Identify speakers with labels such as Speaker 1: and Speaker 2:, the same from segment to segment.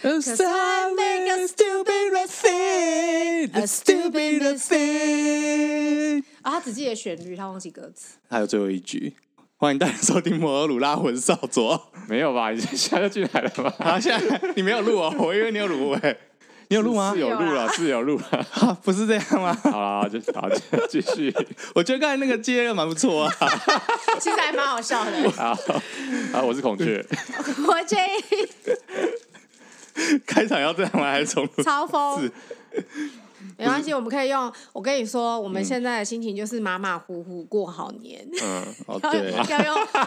Speaker 1: Cause I make a stupid thing, a stupid thing。
Speaker 2: 啊，他只记得旋律，他忘记歌词。
Speaker 1: 还有最后一句，欢迎大家收听摩尔鲁拉魂少佐。
Speaker 3: 没有吧？你现在就进来了吧？
Speaker 1: 好，现在你没有录哦，我以为你有录哎， 你有录吗
Speaker 3: 是？有录了，是有录了。
Speaker 1: 啊，不是这样吗？
Speaker 3: 好啦，就好，继续。
Speaker 1: 我觉得刚才那个接的蛮不错 啊。
Speaker 2: 其实还蛮好笑的。
Speaker 3: 好，好，我是孔雀。
Speaker 2: 我这
Speaker 1: 开场要这样吗？还是重录？
Speaker 2: 超风
Speaker 1: 是，
Speaker 2: 没关系，我们可以用。我跟你说，我们现在的心情就是马马虎虎过好年，
Speaker 3: 嗯，
Speaker 1: 哦，
Speaker 2: 要
Speaker 1: 对，
Speaker 2: 要用，这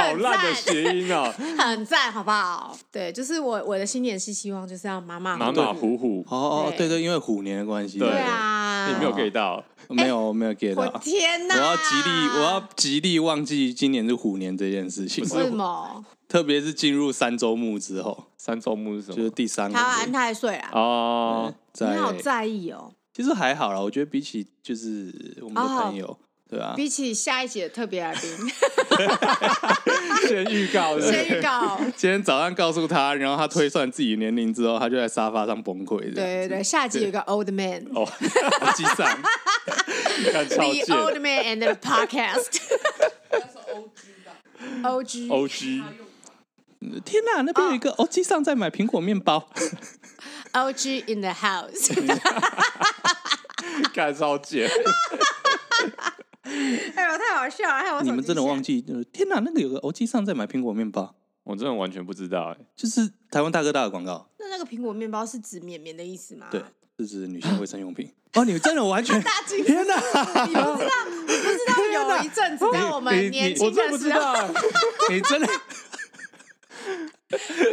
Speaker 3: 好
Speaker 2: 很
Speaker 3: 烂的
Speaker 2: 赞，
Speaker 3: 谐音哦，
Speaker 2: 很赞，好不好？对，就是我我的新年是希望就是要马马
Speaker 3: 马
Speaker 2: 虎
Speaker 3: 马虎虎，
Speaker 1: 哦哦，
Speaker 2: 对
Speaker 1: 对对，因为虎年的关系，
Speaker 3: 对
Speaker 2: 对啊哎
Speaker 3: 你，没有 get 到。
Speaker 1: 没有没有 get
Speaker 2: 我
Speaker 1: 到。
Speaker 2: 天
Speaker 1: 我
Speaker 2: 哪！
Speaker 1: 要极力，我要极力忘记今年是虎年这件事情，
Speaker 2: 为什么？
Speaker 1: 特别是进入三周目之后，
Speaker 3: 三周目是什
Speaker 1: 就是
Speaker 3: 么？
Speaker 1: 第三个
Speaker 2: 台湾
Speaker 1: 月。
Speaker 2: 太岁啊！
Speaker 3: 哦，
Speaker 2: 你
Speaker 1: 在
Speaker 2: 好在意哦，
Speaker 1: 其实还好啦，我觉得比起就是我们的朋友，
Speaker 2: 嗯
Speaker 1: 对啊吧、
Speaker 2: 比起下一节特别来宾，
Speaker 3: 先预告是不
Speaker 2: 先
Speaker 3: 是，
Speaker 2: 预告。哦
Speaker 1: 今天早上告诉他，然后他推算自己年龄之后，他就在沙发上崩溃。这样，
Speaker 2: 对对对，下一集有一个 old man，
Speaker 3: 哦，
Speaker 1: 好机 上
Speaker 3: 看超
Speaker 2: The
Speaker 3: 贱
Speaker 2: Old Man and the Podcast。O G
Speaker 3: ，O G，
Speaker 1: 天哪、那边有一个哦，机上在买苹果面包，
Speaker 2: O G in the house，
Speaker 3: 看超贱，
Speaker 2: 哎呦太好笑了！害我手
Speaker 1: 你
Speaker 2: 机
Speaker 1: 们真的
Speaker 2: 响
Speaker 1: 忘记？就是天哪、那个有个哦，机上在买苹果面包，
Speaker 3: 我真的完全不知道哎。
Speaker 1: 就是台湾大哥大的广告，
Speaker 2: 那那个苹果面包是指绵绵的意思吗？
Speaker 1: 对，这是女性卫生用 品。哦，你们真的完全
Speaker 2: 大金
Speaker 1: 天哪、
Speaker 2: 你不知道，你不知道有一阵子在我
Speaker 1: 你你
Speaker 2: 们年
Speaker 3: 我
Speaker 2: 轻
Speaker 3: 真的
Speaker 2: 的
Speaker 3: 不知
Speaker 2: 时候，
Speaker 3: 道，
Speaker 1: 你真的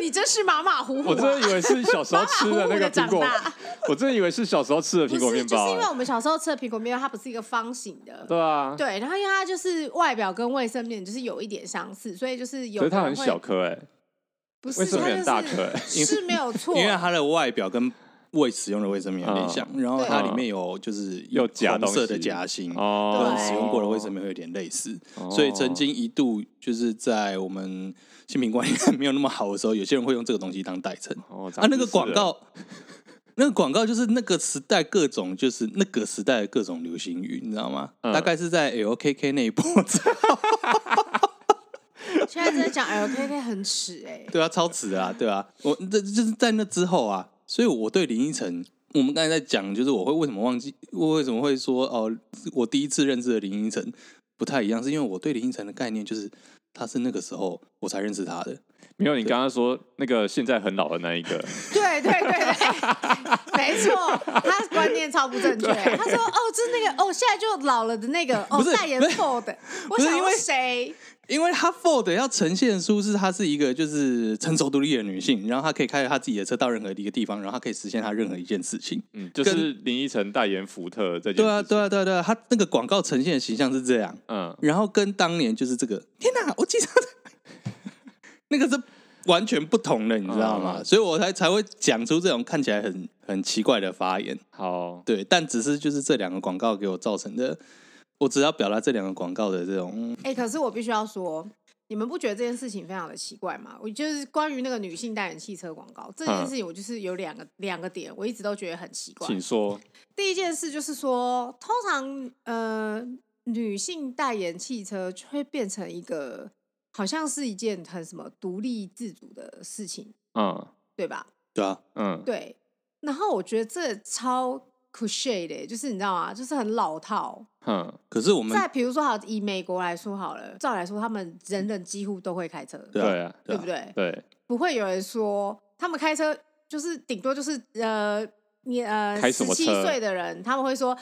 Speaker 2: 你真是马马虎虎
Speaker 3: 我真的
Speaker 2: 啊，
Speaker 3: 以为是小时候吃的那个苹果
Speaker 2: 马马虎虎地长大，
Speaker 3: 我真的以为是小时候吃的苹
Speaker 2: 不
Speaker 3: 果
Speaker 2: 是
Speaker 3: 面
Speaker 2: 就是因为
Speaker 3: 包，哎
Speaker 2: 我们小时候吃的苹果面包，它不是一个方形的。
Speaker 3: 对啊，
Speaker 2: 对，然后因为它就是外表跟卫生面就是有一点相似，所以就是有
Speaker 3: 可
Speaker 2: 的
Speaker 3: 是它
Speaker 2: 人
Speaker 3: 很
Speaker 2: 会
Speaker 3: 小，颗哎，
Speaker 2: 不是
Speaker 3: 卫生
Speaker 2: 它
Speaker 3: 棉
Speaker 2: 就是
Speaker 3: 大颗欸
Speaker 2: 是没有错，
Speaker 1: 因为它的外表跟未使用的卫生棉有点像，
Speaker 2: 哦
Speaker 1: 然后它里面有就是
Speaker 3: 有夹
Speaker 1: 红色的
Speaker 3: 东西
Speaker 1: 夹心，
Speaker 3: 哦，
Speaker 1: 跟使用过的卫生棉会有点类似，所以曾经一度就是在我们性品观念没有那么好的时候，有些人会用这个东西当代称
Speaker 3: 哦长
Speaker 1: 啊。那个
Speaker 3: 知识了
Speaker 1: 广告， 那个广告就是那个时代各种就是那个时代的各种流行语，你知道吗？
Speaker 3: 嗯
Speaker 1: 大概是在 LKK 那一波，
Speaker 2: 现在真的讲 LKK 很耻哎、
Speaker 1: 对啊，超值的啊，对啊，我这就是在那之后啊，所以我对林依晨。我们刚才在讲，就是我会为什么忘记，我为什么会说哦，我第一次认识的林依晨不太一样，是因为我对林依晨的概念就是他是那个时候我才认识他的，
Speaker 3: 没有，你刚刚说那个现在很老的那 一个，
Speaker 2: 对对对对， 没错，他观念超不正确。他说：“哦，就是那个哦，现在就老了的那个哦
Speaker 1: 不，是
Speaker 2: 代言
Speaker 1: 不是
Speaker 2: Ford。”我
Speaker 1: 不是
Speaker 2: 想
Speaker 1: 因
Speaker 2: 说
Speaker 1: 为
Speaker 2: 谁？
Speaker 1: 因为他 Ford 要呈现出是她是一个就是成熟独立的女性，然后她可以开着她自己的车到任何一个地方，然后她可以实现她任何一件事情。
Speaker 3: 嗯，就是林依晨代言福特这件事情，
Speaker 1: 对啊，啊对啊，对啊，对啊，她那个广告呈现的形象是这样，
Speaker 3: 嗯，
Speaker 1: 然后跟当年就是这个，天哪，我记得那个是完全不同的，你知道吗？
Speaker 3: 嗯
Speaker 1: 所以我才才会讲出这种看起来很很奇怪的发言。
Speaker 3: 好，
Speaker 1: 对，但只是就是这两个广告给我造成的，我只要表达这两个广告的这种，嗯
Speaker 2: 哎、可是我必须要说，你们不觉得这件事情非常的奇怪吗？我就是关于那个女性代言汽车广告这件事情，我就是有两个两个点，我一直都觉得很奇怪。
Speaker 3: 请说，
Speaker 2: 第一件事就是说，通常呃，女性代言汽车就会变成一个好像是一件很什么独立自主的事情，
Speaker 3: 嗯
Speaker 2: 对吧？
Speaker 1: 对啊，
Speaker 3: 嗯，
Speaker 2: 对，然后我觉得这超 cliche 的，欸就是你知道吗？就是很老套。
Speaker 3: 哼，
Speaker 1: 可是我们
Speaker 2: 再比如说，好，以美国来说好了，照来说，他们人人几乎都会开车，
Speaker 1: 对啊
Speaker 3: 对啊，
Speaker 1: 对啊
Speaker 2: 不对？
Speaker 3: 对，
Speaker 2: 不会有人说他们开车就是顶多就是呃，你呃
Speaker 3: 开什
Speaker 2: 十
Speaker 3: 么
Speaker 2: 七
Speaker 3: 车
Speaker 2: 岁的人，他们会说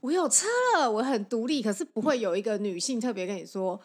Speaker 2: 我有车了，我很独立，可是不会有一个女性特别跟你说。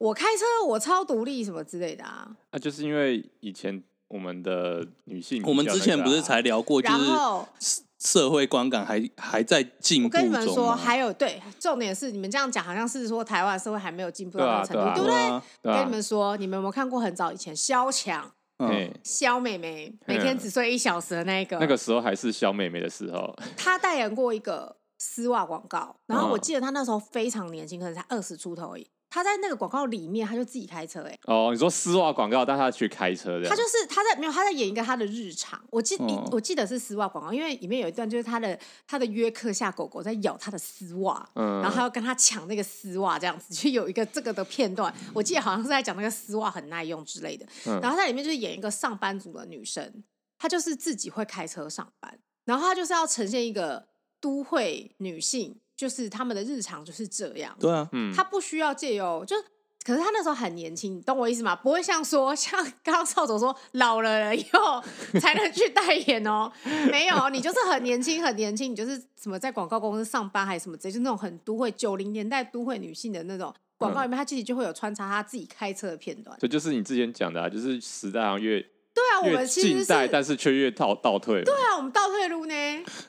Speaker 2: 我开车，我超独立什么之类的啊。
Speaker 3: 那就是因为以前我们的女性比较那个啊，
Speaker 1: 我们之前不是才聊过，就
Speaker 2: 然
Speaker 1: 是
Speaker 2: 后
Speaker 1: 社社会观感还还在进
Speaker 2: 我
Speaker 1: 步
Speaker 2: 跟你
Speaker 1: 中吗
Speaker 2: 们说，还有对，重点是你们这样讲，好像是说台湾社会还没有进步到
Speaker 3: 对啊
Speaker 2: 那个程度，
Speaker 3: 对
Speaker 1: 对
Speaker 2: 对不对？
Speaker 3: 啊
Speaker 1: 啊，
Speaker 3: 对
Speaker 2: 跟
Speaker 3: 啊
Speaker 2: 你，们说，你们有没有看过很早以前萧强、
Speaker 1: 嗯
Speaker 3: 哎，
Speaker 2: 萧美眉每天只睡一小时的那一个？
Speaker 3: 那个时候还是小妹妹的时候，
Speaker 2: 她代言过一个丝袜广告，然后
Speaker 3: 嗯
Speaker 2: 我记得她那时候非常年轻，可能才二十出头而已。她他在那个广告里面，他就自己开车、欸，
Speaker 3: 哦，你说丝袜广告，但他去开车的，
Speaker 2: 他就是他在没有他在演一个他的日常，我记、一
Speaker 1: 哦
Speaker 2: 我记得是丝袜广告，因为里面有一段就是他的他的约克夏狗狗在咬他的丝袜，
Speaker 3: 嗯，
Speaker 2: 然后他要跟他抢那个丝袜，这样子就有一个这个的片段，我记得好像是在讲那个丝袜很耐用之类的。
Speaker 3: 嗯
Speaker 2: 然后在里面就是演一个上班族的女生，她就是自己会开车上班，然后她就是要呈现一个都会女性，就是她们的日常就是这样，
Speaker 1: 对啊，
Speaker 3: 嗯
Speaker 2: 她不需要借由就。可是她那时候很年轻，你懂我意思吗？不会像说像刚刚少佐说老了以后才能去代言哦，没有，你就是很年轻，很年轻，你就是什么在广告公司上班还是什么之类，就是那种很都会九零年代都会女性的那种广告里面，她自己就会有穿插她自己开车的片段。
Speaker 3: 这就是你之前讲的，啊，就是时代好像越
Speaker 2: 对啊，我
Speaker 3: 越
Speaker 2: 们其实
Speaker 3: 近
Speaker 2: 是
Speaker 3: 代，但是却越倒倒退嘛。
Speaker 2: 对啊，我们倒退路呢？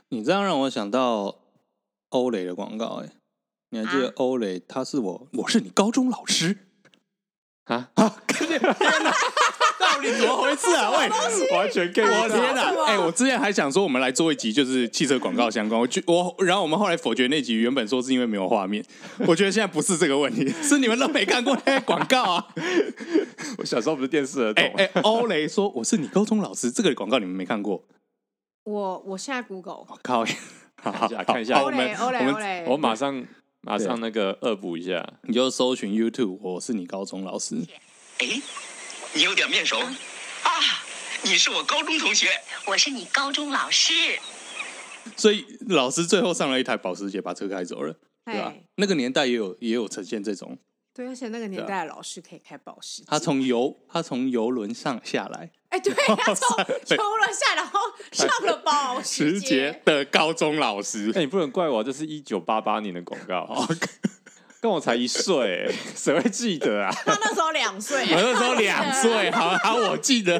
Speaker 1: 你这样让我想到欧蕾的广告、欸，哎，你还记得
Speaker 2: 啊
Speaker 1: 欧蕾？他是我，我是你高中老师，
Speaker 3: 啊，
Speaker 1: 到底怎么回事啊？喂！
Speaker 3: 完全 get
Speaker 1: 我
Speaker 3: 不
Speaker 1: 的
Speaker 3: 到
Speaker 1: 天哪
Speaker 2: 什！么
Speaker 1: 哎、我之前还想说，我们来做一集就是汽车广告相关。我觉我，然后我们后来否决那集，原本说是因为没有画面。我觉得现在不是这个问题，是你们都没看过那些广告啊！
Speaker 3: 我小时候不是电视儿童
Speaker 1: 哎，哎，欧雷说我是你高中老师，这个广告你们没看过？
Speaker 2: 我我现在 Google
Speaker 1: 我靠！
Speaker 3: 看一下看一下
Speaker 1: 好我
Speaker 2: 欧
Speaker 1: 们
Speaker 2: 蕾欧
Speaker 1: 我
Speaker 2: 蕾
Speaker 1: 们
Speaker 2: 欧蕾，
Speaker 3: 我马上马上那个恶补一下，
Speaker 1: 你就搜寻 YouTube，我是你高中老师。
Speaker 4: 哎，你有点面熟啊！你是我高中同学，
Speaker 5: 嗯我是你高中老师。
Speaker 1: 所以老师最后上了一台保时捷，把车开走了，对啊吧
Speaker 2: 哎，？
Speaker 1: 那个年代也有也有呈现这种，
Speaker 2: 对，而且那个年代的老师可以开保时捷，
Speaker 1: 他从游他从游轮上下来，
Speaker 2: 哎，对，他从从了下，然后上了保时捷，
Speaker 1: 的高中老师
Speaker 3: 哎、。你不能怪我，这是一九八八年的广告， 跟我才一岁、欸，谁会记得啊？
Speaker 2: 他那时候两岁，
Speaker 1: 我那时候两 岁，好好，我记得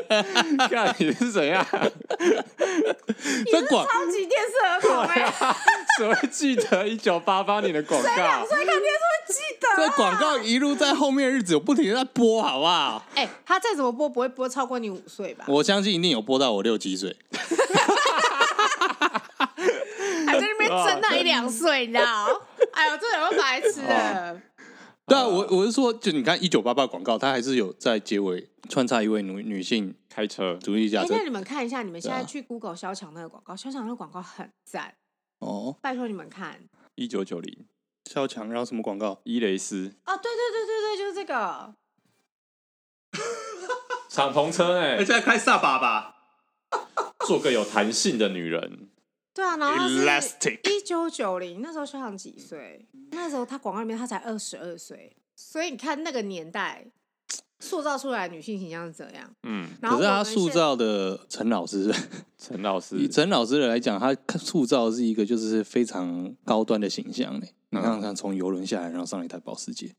Speaker 3: 看你是怎样，
Speaker 1: 这广
Speaker 2: 超级电视儿童哎，
Speaker 1: 啊
Speaker 3: 谁会记得一九八八年的广告？
Speaker 2: 欸所以看电视会记得。
Speaker 1: 这广告一路在后面日子有不停的在播，好不好？
Speaker 2: 哎，他再怎么播不会播超过你五岁吧？
Speaker 1: 我相信一定有播到我六七岁，
Speaker 2: 还在那边争那一两岁，你知道？哎呦，这有个白
Speaker 1: 哦
Speaker 2: 痴的，
Speaker 1: 对啊，我我是说，就你看一九八八广告，它还是有在结尾穿插一位女女性
Speaker 3: 开车，
Speaker 1: 主义家
Speaker 2: 哎，
Speaker 1: 车
Speaker 2: 那你们看一下，你们现在
Speaker 1: 啊对啊
Speaker 2: 去 Google 小强那个广告，小强那个广告很赞，
Speaker 1: 哦，
Speaker 2: 拜托你们看。
Speaker 3: 一九九零，
Speaker 1: 肖强，然后什么广告？
Speaker 3: 伊雷斯
Speaker 2: 哦，对对对对对，就是这个。
Speaker 3: 敞篷车、哎，
Speaker 1: 在开萨巴吧
Speaker 3: 做个有弹性的女人，
Speaker 2: 对啊，然后他是
Speaker 1: ，Elastic，
Speaker 2: 一九九零那时候肖像几岁？那时候他广告里面他才二十二岁，所以你看那个年代塑造出来的女性形象是怎样。
Speaker 3: 嗯，
Speaker 2: 然后
Speaker 1: 可是
Speaker 2: 我
Speaker 1: 他
Speaker 2: 们现
Speaker 1: 塑造的陈老师，
Speaker 3: 陈老
Speaker 1: 以
Speaker 3: 师，
Speaker 1: 陈老师来讲，他塑造的是一个就是非常高端的形象呢。你看，他从游轮下来，然后上了一台保时捷。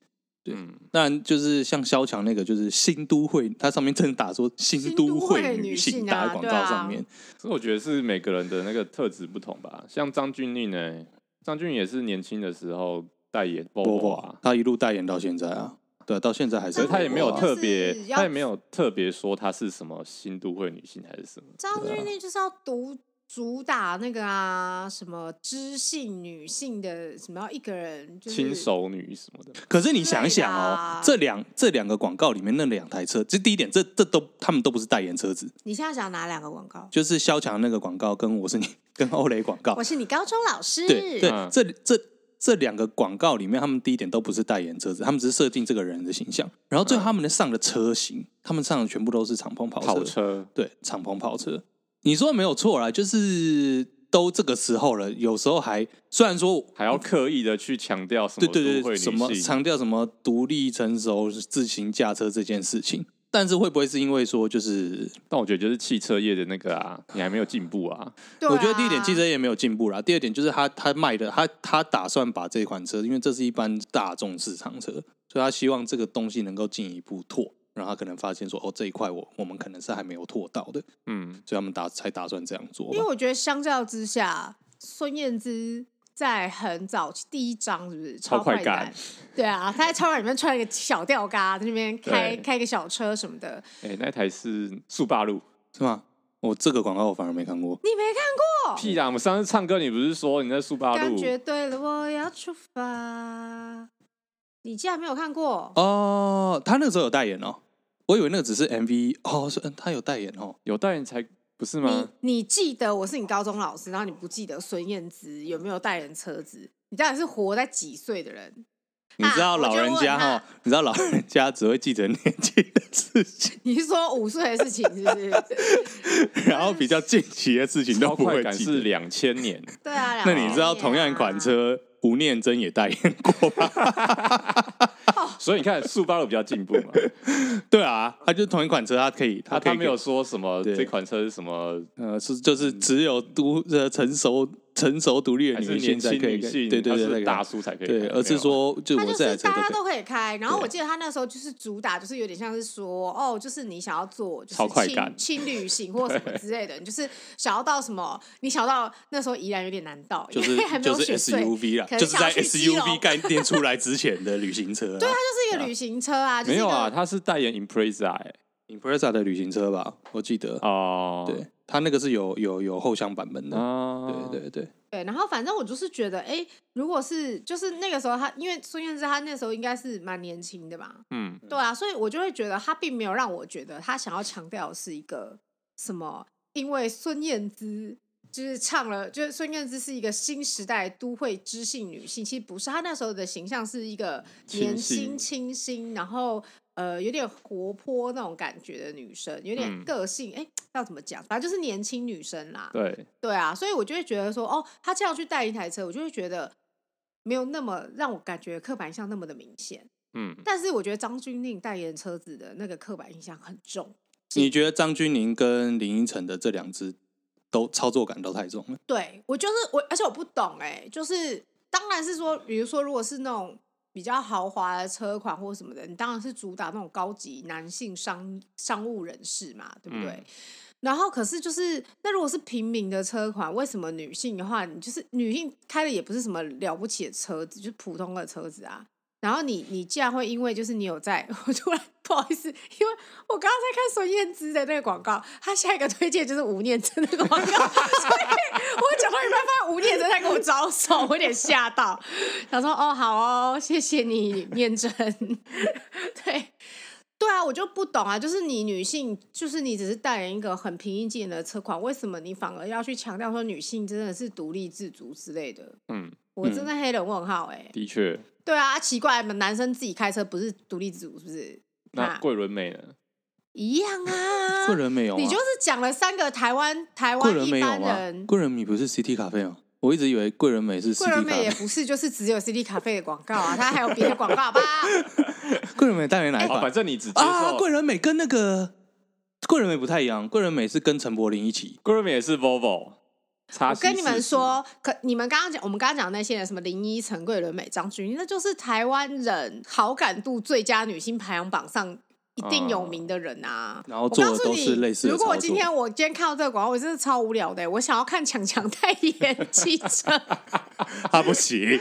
Speaker 3: 嗯，
Speaker 1: 当然，就是像萧强那个，就是新都会，它上面正打说新都会女性，
Speaker 2: 新都会女性啊
Speaker 1: 打在广告上面。
Speaker 3: 所以我觉得是每个人的那个特质不同吧。像张钧甯呢，张钧甯也是年轻的时候代言 Volvo 啊，
Speaker 1: 他一路代言到现在啊，对，到现在还
Speaker 3: 可
Speaker 1: 是
Speaker 3: 是他也没有特别
Speaker 2: 就是，要
Speaker 3: 他也没有特别说她是什么新都会女性还是什么。
Speaker 2: 张
Speaker 1: 啊
Speaker 2: 钧甯就是要独主打那个啊，什么知性女性的，什么要一个人就是
Speaker 3: 轻熟女什么的，
Speaker 1: 可是你想想
Speaker 2: 对
Speaker 1: 哦
Speaker 2: 啦，
Speaker 1: 这两这两个广告里面那两台车，这第一点，这这都他们都不是代言车子，
Speaker 2: 你现在想哪两个广告？
Speaker 1: 就是萧强那个广告跟我是你跟欧蕾广告
Speaker 2: 我，是你高中老师，
Speaker 1: 对对
Speaker 3: 嗯，
Speaker 1: 这这这两个广告里面，他们第一点都不是代言车子，他们只是设定这个人的形象，然后最后他们的上的车型，他们上的全部都是敞篷跑
Speaker 3: 嗯跑车
Speaker 1: 对，敞篷跑车，你说的没有错啦，就是都这个时候了，有时候还虽然说
Speaker 3: 还要刻意的去强调什
Speaker 1: 对
Speaker 3: 么都会
Speaker 1: 对
Speaker 3: 女
Speaker 1: 对，什
Speaker 3: 性，
Speaker 1: 么强调什么独立成熟、自行驾车这件事情，但是会不会是因为说就是，
Speaker 3: 但我觉得就是汽车业的那个啊，你还没有进步啊，
Speaker 2: 对啊
Speaker 1: 我觉得第一点汽车也没有进步啦，第二点就是他他卖的他他打算把这款车，因为这是一般大众市场车，所以他希望这个东西能够进一步拓。然后他可能发现说，哦，这一块我我们可能是还没有拓到的，
Speaker 3: 嗯，
Speaker 1: 所以他们打才打算这样做吧。
Speaker 2: 因为我觉得相较之下，孙燕姿在很早期第一章是不是
Speaker 3: 超快
Speaker 2: 快
Speaker 3: 感
Speaker 2: 感？对啊，她在超快里面穿了一个小吊嘎，在那边开
Speaker 3: 对
Speaker 2: 开个小车什么的，
Speaker 3: 哎、那台是速霸路，
Speaker 1: 是吗？我这个广告我反而没看过。
Speaker 2: 你没看过？
Speaker 3: 屁啦！我们上次
Speaker 2: 啊
Speaker 3: 唱歌，你不是说你在速霸
Speaker 2: 感
Speaker 3: 路？
Speaker 2: 觉对了，我要出发。你竟然没有看过？
Speaker 1: 哦，他那个时候有代言哦，我以为那个只是 MV 哦，是嗯他有代言哦，
Speaker 3: 有代言才不是
Speaker 2: 你
Speaker 1: 嗯
Speaker 3: 吗？
Speaker 2: 你记得我是你高中老师，然后你不记得孙燕姿有没有代言车子？你当然是活在几岁的人，
Speaker 1: 你知道
Speaker 2: 啊我
Speaker 1: 老
Speaker 2: 就
Speaker 1: 人
Speaker 2: 问
Speaker 1: 家
Speaker 2: 他
Speaker 1: 哦，你知道老人家只会记得年轻的事情，
Speaker 2: 你是说五岁的事情是不 是？
Speaker 1: 然后比较近期的事情都
Speaker 3: 超
Speaker 1: 不
Speaker 3: 快
Speaker 1: 会
Speaker 3: 感
Speaker 1: 记
Speaker 3: 是
Speaker 1: 得。
Speaker 3: 两千年，
Speaker 2: 对啊，两
Speaker 1: 那你
Speaker 2: 千
Speaker 1: 知道
Speaker 2: 年
Speaker 1: 同样一款
Speaker 2: 啊？
Speaker 1: 车吴念真也代言过 吗？
Speaker 3: 所以你看速八鲁比较进步 嘛，啊
Speaker 1: 对啊，他就同一款车，他可以，
Speaker 3: 他
Speaker 1: 可以
Speaker 3: 他没有说什么
Speaker 1: 对
Speaker 3: 这款车是什么，
Speaker 1: 呃，是就是只有独呃成熟成熟独立的
Speaker 3: 还是
Speaker 1: 女
Speaker 3: 年
Speaker 1: 性才
Speaker 3: 轻
Speaker 1: 可以
Speaker 3: 女
Speaker 1: 开，
Speaker 3: 性，
Speaker 1: 对对
Speaker 3: 他
Speaker 1: 对，才可
Speaker 3: 是
Speaker 1: 以
Speaker 3: 大
Speaker 1: 开
Speaker 3: 叔才可以开，
Speaker 1: 对，而
Speaker 3: 没
Speaker 1: 是
Speaker 3: 有啊
Speaker 1: 说就
Speaker 2: 他
Speaker 1: 我
Speaker 2: 就
Speaker 1: 这台
Speaker 2: 是
Speaker 1: 车
Speaker 2: 大家
Speaker 1: 都
Speaker 2: 都
Speaker 1: 可
Speaker 2: 可以开，然后
Speaker 1: 对
Speaker 2: 我记得他那时候就是主打，就是有点像是说，哦，就是你想要做就是
Speaker 3: 超快
Speaker 2: 轻
Speaker 3: 感
Speaker 2: 轻旅行或什么之 类的，你就是想要到什么，你想到那时候依然有点难到，
Speaker 1: 以，就
Speaker 2: 因为
Speaker 1: 是
Speaker 2: 还没
Speaker 1: 就
Speaker 2: 有
Speaker 1: 是
Speaker 2: 学岁，
Speaker 1: SUV 啦，
Speaker 2: 可能
Speaker 1: 就是
Speaker 2: 想
Speaker 1: 在
Speaker 2: 要去基隆
Speaker 1: SUV 概念出来之前的旅行车，对啊，
Speaker 2: 就是一个旅行车啊，就是
Speaker 3: 没
Speaker 2: 一
Speaker 3: 有啊，
Speaker 2: 个
Speaker 3: 他是代言 Impreza 哎、
Speaker 1: Impreza 的旅行车吧，我记得，
Speaker 3: 哦，
Speaker 1: 对，它那个是有有有后箱版本的，
Speaker 3: 啊，
Speaker 1: 对对对，
Speaker 2: 对，然后反正我就是觉得，哎，如果是就是那个时候他，因为孙燕姿她那时候应该是蛮年轻的吧，
Speaker 3: 嗯，
Speaker 2: 对啊，所以我就会觉得他并没有让我觉得他想要强调的是一个什么，因为孙燕姿就是唱了，就是孙燕姿是一个新时代都会知性女性，其实不是，她那时候的形象是一个年轻
Speaker 3: 清新
Speaker 2: 清新，然后呃有点活泼那种感觉的女生，有点
Speaker 3: 嗯
Speaker 2: 个性，哎、要怎么讲？反正就是年轻女生啦，
Speaker 3: 对，
Speaker 2: 对啊，所以我就会觉得说，哦，她这样去带一台车，我就会觉得没有那么让我感觉刻板印象那么的明显。
Speaker 3: 嗯，
Speaker 2: 但是我觉得张钧甯代言车子的那个刻板印象很重，
Speaker 1: 你觉得张钧甯跟林依晨的这两只都操作感都太重了？
Speaker 2: 对我就是我，而且我不懂哎、就是当然是说，比如说如果是那种比较豪华的车款或什么的，你当然是主打那种高级男性商商务人士嘛，对不对？
Speaker 3: 嗯
Speaker 2: 然后可是就是，那如果是平民的车款，为什么女性的话，你就是女性开的也不是什么了不起的车子，就是普通的车子啊。然后你你竟然会因为就是你有在， 我突然不好意思，因为我刚刚在看孙燕姿的那个广告，她下一个推荐就是吴念真的广告， 所以我讲到一半发现吴念真在跟我招手，我有点吓到，想说哦好哦，谢谢你念真， 对。对啊，我就不懂啊，就是你女性，就是你只是代言一个很平易近人的车款，为什么你反而要去强调说女性真的是独立自主之类的？
Speaker 3: 嗯，
Speaker 2: 我真的黑人问号哎、
Speaker 3: 的确。
Speaker 2: 对啊，奇怪，男生自己开车不是独立自主，是不是？
Speaker 3: 那
Speaker 2: 啊
Speaker 3: 桂纶镁呢？
Speaker 2: 一样啊。
Speaker 1: 贵人没有、啊，
Speaker 2: 你就是讲了三个台湾台
Speaker 1: 贵
Speaker 2: 湾
Speaker 1: 人
Speaker 2: 一
Speaker 1: 没有
Speaker 2: 般
Speaker 1: 吗
Speaker 2: 人？，
Speaker 1: 贵人米不是 CT 咖啡哦，我一直以为贵人美是
Speaker 2: 贵人
Speaker 1: CT 咖
Speaker 2: 妹也
Speaker 1: 啡。
Speaker 2: 不是，就是只有 CD 咖啡的广告啊，它还有别的广 告吧？
Speaker 1: 贵人美代言哪一
Speaker 3: 哦，
Speaker 1: 款
Speaker 3: 反？正你只接
Speaker 1: 哎啊，
Speaker 3: 受
Speaker 1: 贵人美跟那个贵人美不太一样，贵人美是跟陈柏霖一起。
Speaker 3: 桂纶镁也是 Volvo。
Speaker 2: 我
Speaker 3: 我
Speaker 2: 跟
Speaker 1: 啊
Speaker 2: 你们，说，可你们刚刚讲，我们刚刚讲那些人，什么林依晨、桂纶镁、张钧甯，那就是台湾人好感度最佳女星排行榜上一定有名的人啊。
Speaker 1: 然后
Speaker 2: 我
Speaker 1: 做
Speaker 2: 告
Speaker 1: 的
Speaker 2: 诉
Speaker 1: 都
Speaker 2: 你，
Speaker 1: 是类似的
Speaker 2: 如果
Speaker 1: 操
Speaker 2: 我
Speaker 1: 作
Speaker 2: 今天我今天看到这个广告，我真的超无聊的、我想要看强强代言汽车，
Speaker 1: 他不行，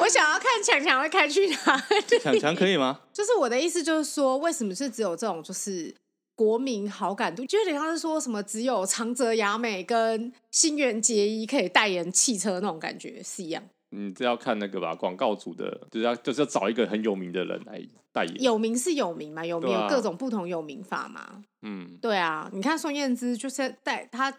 Speaker 2: 我想要看强强会开去哪里。
Speaker 1: 强强可以吗？
Speaker 2: 就是我的意思就是说，为什么是只有这种就是国民好感度，就有点像是说什么只有长泽雅美跟新垣结衣可以代言汽车那种感觉是一样。
Speaker 3: 你这要看那个吧，广告组的，就是要就是要找一个很有名的人来代言。
Speaker 2: 有名是有名嘛，有名
Speaker 3: 对啊
Speaker 2: 有各种不同有名法嘛。
Speaker 3: 嗯，
Speaker 2: 对啊，你看宋燕姿就是代她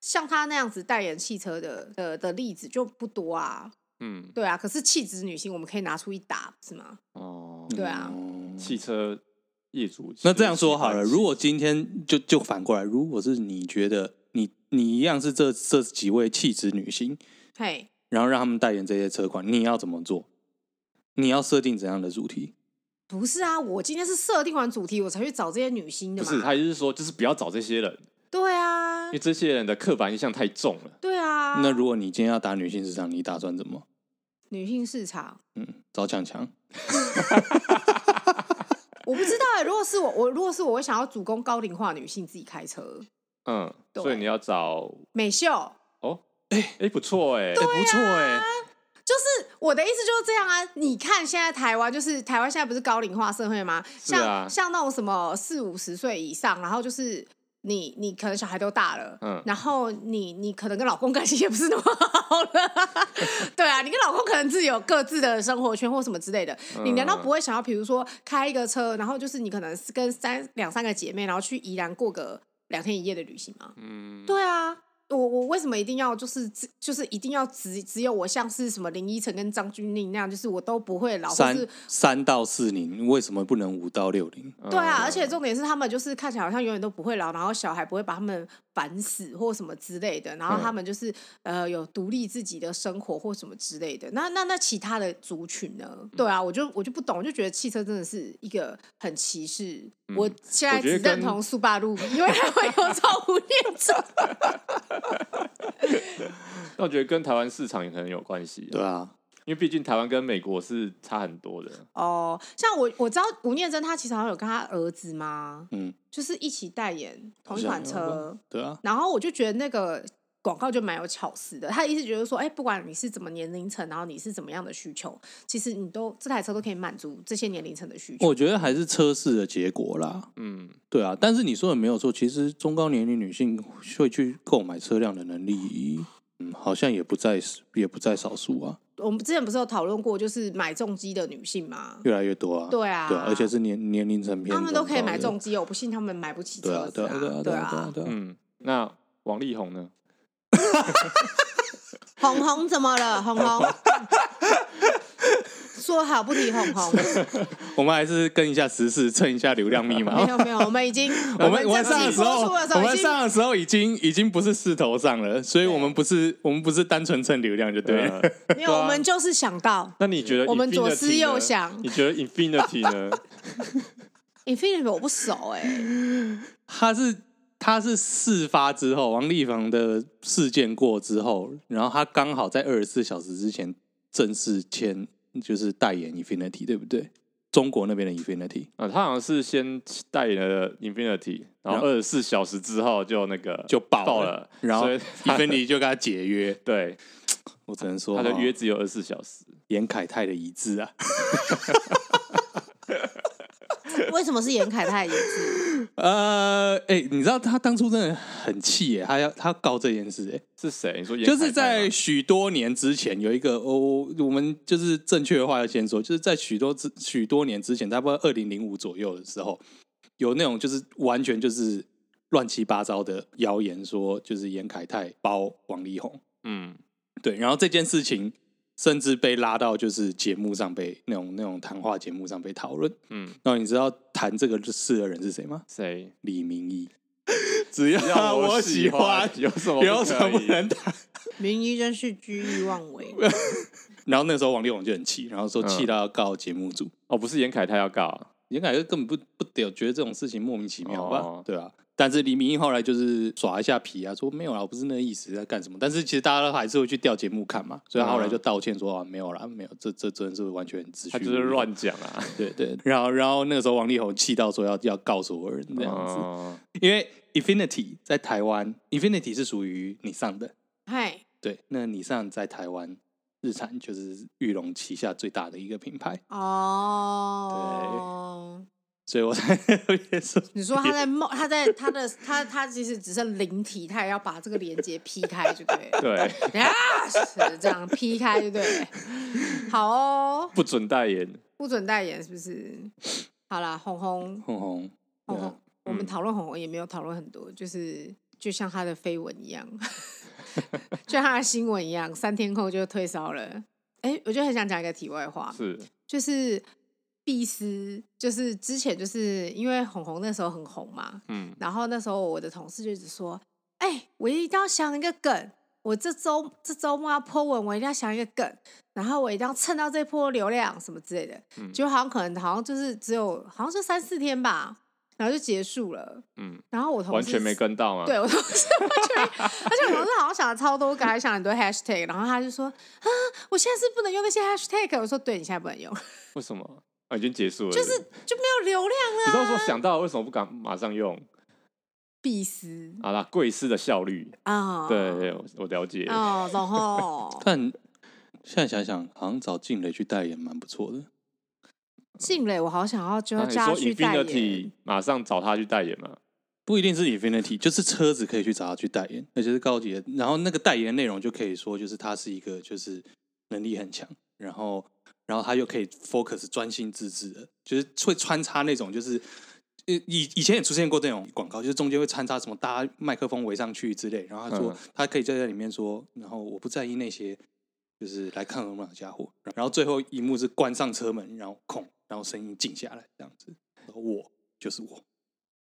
Speaker 2: 像她那样子代言汽车的的的例子就不多啊。
Speaker 3: 嗯，
Speaker 2: 对啊，可是气质女星我们可以拿出一打，是吗？
Speaker 3: 哦，
Speaker 2: 对啊，
Speaker 1: 嗯
Speaker 3: 汽车业主。
Speaker 1: 那这样说好了，如
Speaker 3: 果
Speaker 1: 果今天就就反过来，如果是你觉得你你一样是这这几位气质女星，
Speaker 2: 嘿，
Speaker 1: 然后让他们代言这些车款，你要怎么做？你要设定怎样的主题？
Speaker 2: 不是啊，我今天是设定完主题我才去找这些女星的
Speaker 3: 不
Speaker 2: 嘛。
Speaker 3: 是，他就是说，就是不要找这些人，
Speaker 2: 对啊
Speaker 3: 因为，这些人的刻板印象太重了。
Speaker 2: 对啊。
Speaker 1: 那如果你今天要打女性市场，你打算怎么？
Speaker 2: 女性市场，
Speaker 1: 嗯，找强强。
Speaker 2: 我不知道、欸。如果是我，我如果是我，我想要主攻高龄化女性自己开车，
Speaker 3: 嗯，
Speaker 2: 对
Speaker 3: 所以你要找
Speaker 2: 美秀。
Speaker 3: 哦，哎哎，不错哎，
Speaker 1: 不错哎、
Speaker 2: 就是我的意思就是这样啊！你看现在台湾，就是台湾现在不是高龄化社会吗？
Speaker 3: 是啊
Speaker 2: 像像那种什么四五十岁以上，然后就是你你可能小孩都大了，
Speaker 3: 嗯
Speaker 2: 然后你你可能跟老公关系也不是那么好 了，对啊，你跟老公可能自己有各自的生活圈或什么之类的，
Speaker 3: 嗯
Speaker 2: 你难道不会想要，比如说开一个车，然后就是你可能是跟三两三个姐妹，然后去宜兰过个两天一夜的旅行吗？
Speaker 3: 嗯，
Speaker 2: 对啊，我我为什么一定要就是只就是一定要只只有我像是什么林依晨跟张钧甯那样，就是我都不会老，啊或
Speaker 1: 三
Speaker 2: 是
Speaker 1: 三到四零，为什么不能五到六零？
Speaker 3: 嗯
Speaker 2: 对啊，而且重点是他们就是看起来好像永远都不会老，然后小孩不会把他们烦死或什么之类的，然后
Speaker 3: 嗯
Speaker 2: 他们就是、呃有独立自己的生活或什么之类的。那那那其他的族群呢？对啊，我就我就不懂，我就觉得汽车真的是一个很歧视。我现在
Speaker 3: 嗯我觉
Speaker 2: 只
Speaker 3: 得
Speaker 2: 认
Speaker 3: 跟
Speaker 2: 同速霸路，因为它会有 照顾列车。
Speaker 3: 但我觉得跟台湾市场也可能有关系，
Speaker 1: 对啊，
Speaker 3: 因为毕竟台湾跟美国是差很多的，
Speaker 2: 哦，像我我知道吴念真，她其实好像有跟她儿子嘛，
Speaker 1: 嗯，
Speaker 2: 就是一起代言同一
Speaker 1: 好
Speaker 2: 款
Speaker 1: 像有
Speaker 2: 车。
Speaker 1: 对啊，
Speaker 2: 然后我就觉得那个广告就蛮有巧思的，他的意思就是说，哎、不管你是怎么年龄层，然后你是怎么样的需求，其实你都这台车都可以满足这些年龄层的需求。
Speaker 1: 我觉得还是车市的结果啦。
Speaker 3: 嗯，
Speaker 1: 对啊，但是你说的没有错，其实中高年龄女性会去购买车辆的能力，嗯，好像也不在也不在少数啊，
Speaker 2: 我们之前不是有讨论过，就是买重机的女性嘛，
Speaker 1: 越来越多啊。
Speaker 2: 对啊
Speaker 1: 对啊，而且是年年龄层偏
Speaker 2: 她们都可以
Speaker 1: 中高
Speaker 2: 买
Speaker 1: 的
Speaker 2: 重机哦，我不信她们买不起
Speaker 1: 对啊
Speaker 2: 车，子
Speaker 1: 对啊，对啊，
Speaker 2: 对
Speaker 1: 对啊，对啊，对啊。
Speaker 3: 嗯，那王力宏呢？
Speaker 2: 红红怎么了？红红， 说好不提红红，
Speaker 1: 我们还是跟一下时事，蹭一下流量密码
Speaker 2: 没。有没有，我们 已经
Speaker 1: 我们晚
Speaker 2: 这
Speaker 1: 上
Speaker 2: 期
Speaker 1: 的时
Speaker 2: 播
Speaker 1: 候
Speaker 2: 出的，
Speaker 1: 我
Speaker 2: 时候
Speaker 1: 们
Speaker 2: 已经
Speaker 1: 上的时候已经已经不是势头上了，所以我们不是我们不是单纯蹭流量就对 啊了。
Speaker 3: 呃
Speaker 2: 没有，我们就是想到
Speaker 3: 那你觉得
Speaker 2: 我们
Speaker 3: Infinity
Speaker 2: 左思右
Speaker 3: 呢
Speaker 2: 想
Speaker 3: 你觉得 Infinity 呢？
Speaker 2: Infinity 我不熟哎、
Speaker 1: 他是他是事发之后，王力宏的事件过之后，然后他刚好在二十四小时之前正式签，就是代言 Infinity，对不对？中国那边的 Infinity，
Speaker 3: 啊，他好像是先代言了 Infinity，然后二十四小时之后就那个
Speaker 1: 就爆
Speaker 3: 爆
Speaker 1: 了
Speaker 3: 了，
Speaker 1: 然后
Speaker 3: 所以他
Speaker 1: Infinity 就跟 他解约。
Speaker 3: 对
Speaker 1: 我只能说，
Speaker 3: 他的约
Speaker 1: 哦
Speaker 3: 只有二十四小时，
Speaker 1: 严凯泰的遗志啊。
Speaker 2: 为什么是严凯泰的影子？
Speaker 1: 呃，哎、你知道他当初真的很气耶，他要他告这件事哎。
Speaker 3: 是谁？你说严
Speaker 1: 就是
Speaker 3: 凯泰
Speaker 1: 在
Speaker 3: 吗
Speaker 1: 许多年之前，有一个哦，我们就是正确的话要先说，就是在许多之许多年之前，差不多二零零五左右的时候，有那种就是完全就是乱七八糟的谣言，说就是严凯泰包王力宏，
Speaker 3: 嗯
Speaker 1: 对，然后这件事情甚至被拉到就是节目上被那种那种谈话节目上被讨论。
Speaker 3: 嗯
Speaker 1: 那你知道谈这个事的人是谁吗？
Speaker 3: 谁？
Speaker 1: 李明一，只
Speaker 3: 只
Speaker 1: 要 我
Speaker 3: 喜
Speaker 1: 喜欢，
Speaker 3: 有什么
Speaker 1: 有什么不
Speaker 3: 不可以
Speaker 1: 能谈？
Speaker 2: 名医真是恣意妄 为。
Speaker 1: 然后那时候王力宏就很气，然后说
Speaker 3: 嗯
Speaker 1: 气到要告节目组。
Speaker 3: 哦，不是严凯泰要告啊，
Speaker 1: 严凯就根本不不屌，觉得这种事情莫名其妙吧，
Speaker 3: 哦
Speaker 1: 对啊。但是李明义后来就是耍一下皮啊，说没有啦，我不是那意思，在干什么？但是其实大家都还是会去调节目看嘛，所以他后来就道歉说啊，没有啦，没有，这这真的是完全只
Speaker 3: 嗯他就是乱讲啊，
Speaker 1: 对对。然后然后那个时候王力宏气到说要要告所有人这样子，
Speaker 3: 哦
Speaker 1: 因为 Infinity 在台湾，Infinity 是属于你上的，
Speaker 2: 嗨，
Speaker 1: 对，那你上在台湾日产就是玉龙旗下最大的一个品牌，
Speaker 2: 哦，
Speaker 1: 所以我才 特别说
Speaker 2: 你说他在梦，他在他的他他其实只剩灵体，他也要把这个连接劈开，就对 了。
Speaker 3: 对，
Speaker 2: 啊，是这样劈开，就对了。好哦，
Speaker 3: 不准代言，
Speaker 2: 不准代言是不是？好啦，红红
Speaker 1: 红红，对
Speaker 2: 红
Speaker 1: 啊
Speaker 2: 红，哦我们讨论红红也没有讨论很多，就是就像他的绯闻一样， 就像他的新闻一样，三天后就退烧了。哎，我就很想讲一个题外话，
Speaker 3: 是
Speaker 2: 就是碧斯，就是之前就是因为红红那时候很红嘛，
Speaker 3: 嗯
Speaker 2: 然后那时候我的同事就一直说，哎、我一定要想一个梗，我这周这周末要 po 文，我一定要想一个梗，然后我一定要蹭到这波流量什么之类的，
Speaker 3: 嗯
Speaker 2: 结果好像可能好像就是只有好像就三四天吧，然后就结束了，
Speaker 3: 嗯，
Speaker 2: 然后我同事
Speaker 3: 完全没跟到吗？啊
Speaker 2: 对，我同事完全没，而且我同事好像想了超多个，还想很多 hashtag，然后他就说啊，我现在是不能用那些 hashtag，我说对你现在不能用，
Speaker 3: 为什么？啊，已经结束了，
Speaker 2: 就是啊就没有流量
Speaker 3: 只是说想到为什么不敢马上用？
Speaker 2: 必死
Speaker 3: 好啦，贵司的效率，
Speaker 2: 啊，
Speaker 3: 对对，我我了解。
Speaker 2: 哦，然后
Speaker 1: 但现在想想，好像找静蕾去代言蛮不错的。
Speaker 2: 静蕾，我好想要就
Speaker 3: 那
Speaker 2: 要
Speaker 3: 你
Speaker 2: 叫他
Speaker 3: 说
Speaker 2: 去代言
Speaker 3: Infinity 马上找他去代言嘛？
Speaker 1: 不一定是 Infinity，就是车子可以去找他去代言，而且是高级的。然后那个代言内容就可以说，就是他是一个就是能力很强，然后然后他又可以 focus 专心致志的，就是会穿插那种就是。呃以以前也出现过这种广告，就是中间会穿插什么搭麦克风围上去之类，然后他说、
Speaker 3: 嗯
Speaker 1: 他可以在这里面说，然后我不在意那些就是来看我们的家伙，然后最后一幕是关上车门，然后空，然后声音静下来这样子，然后我就是我，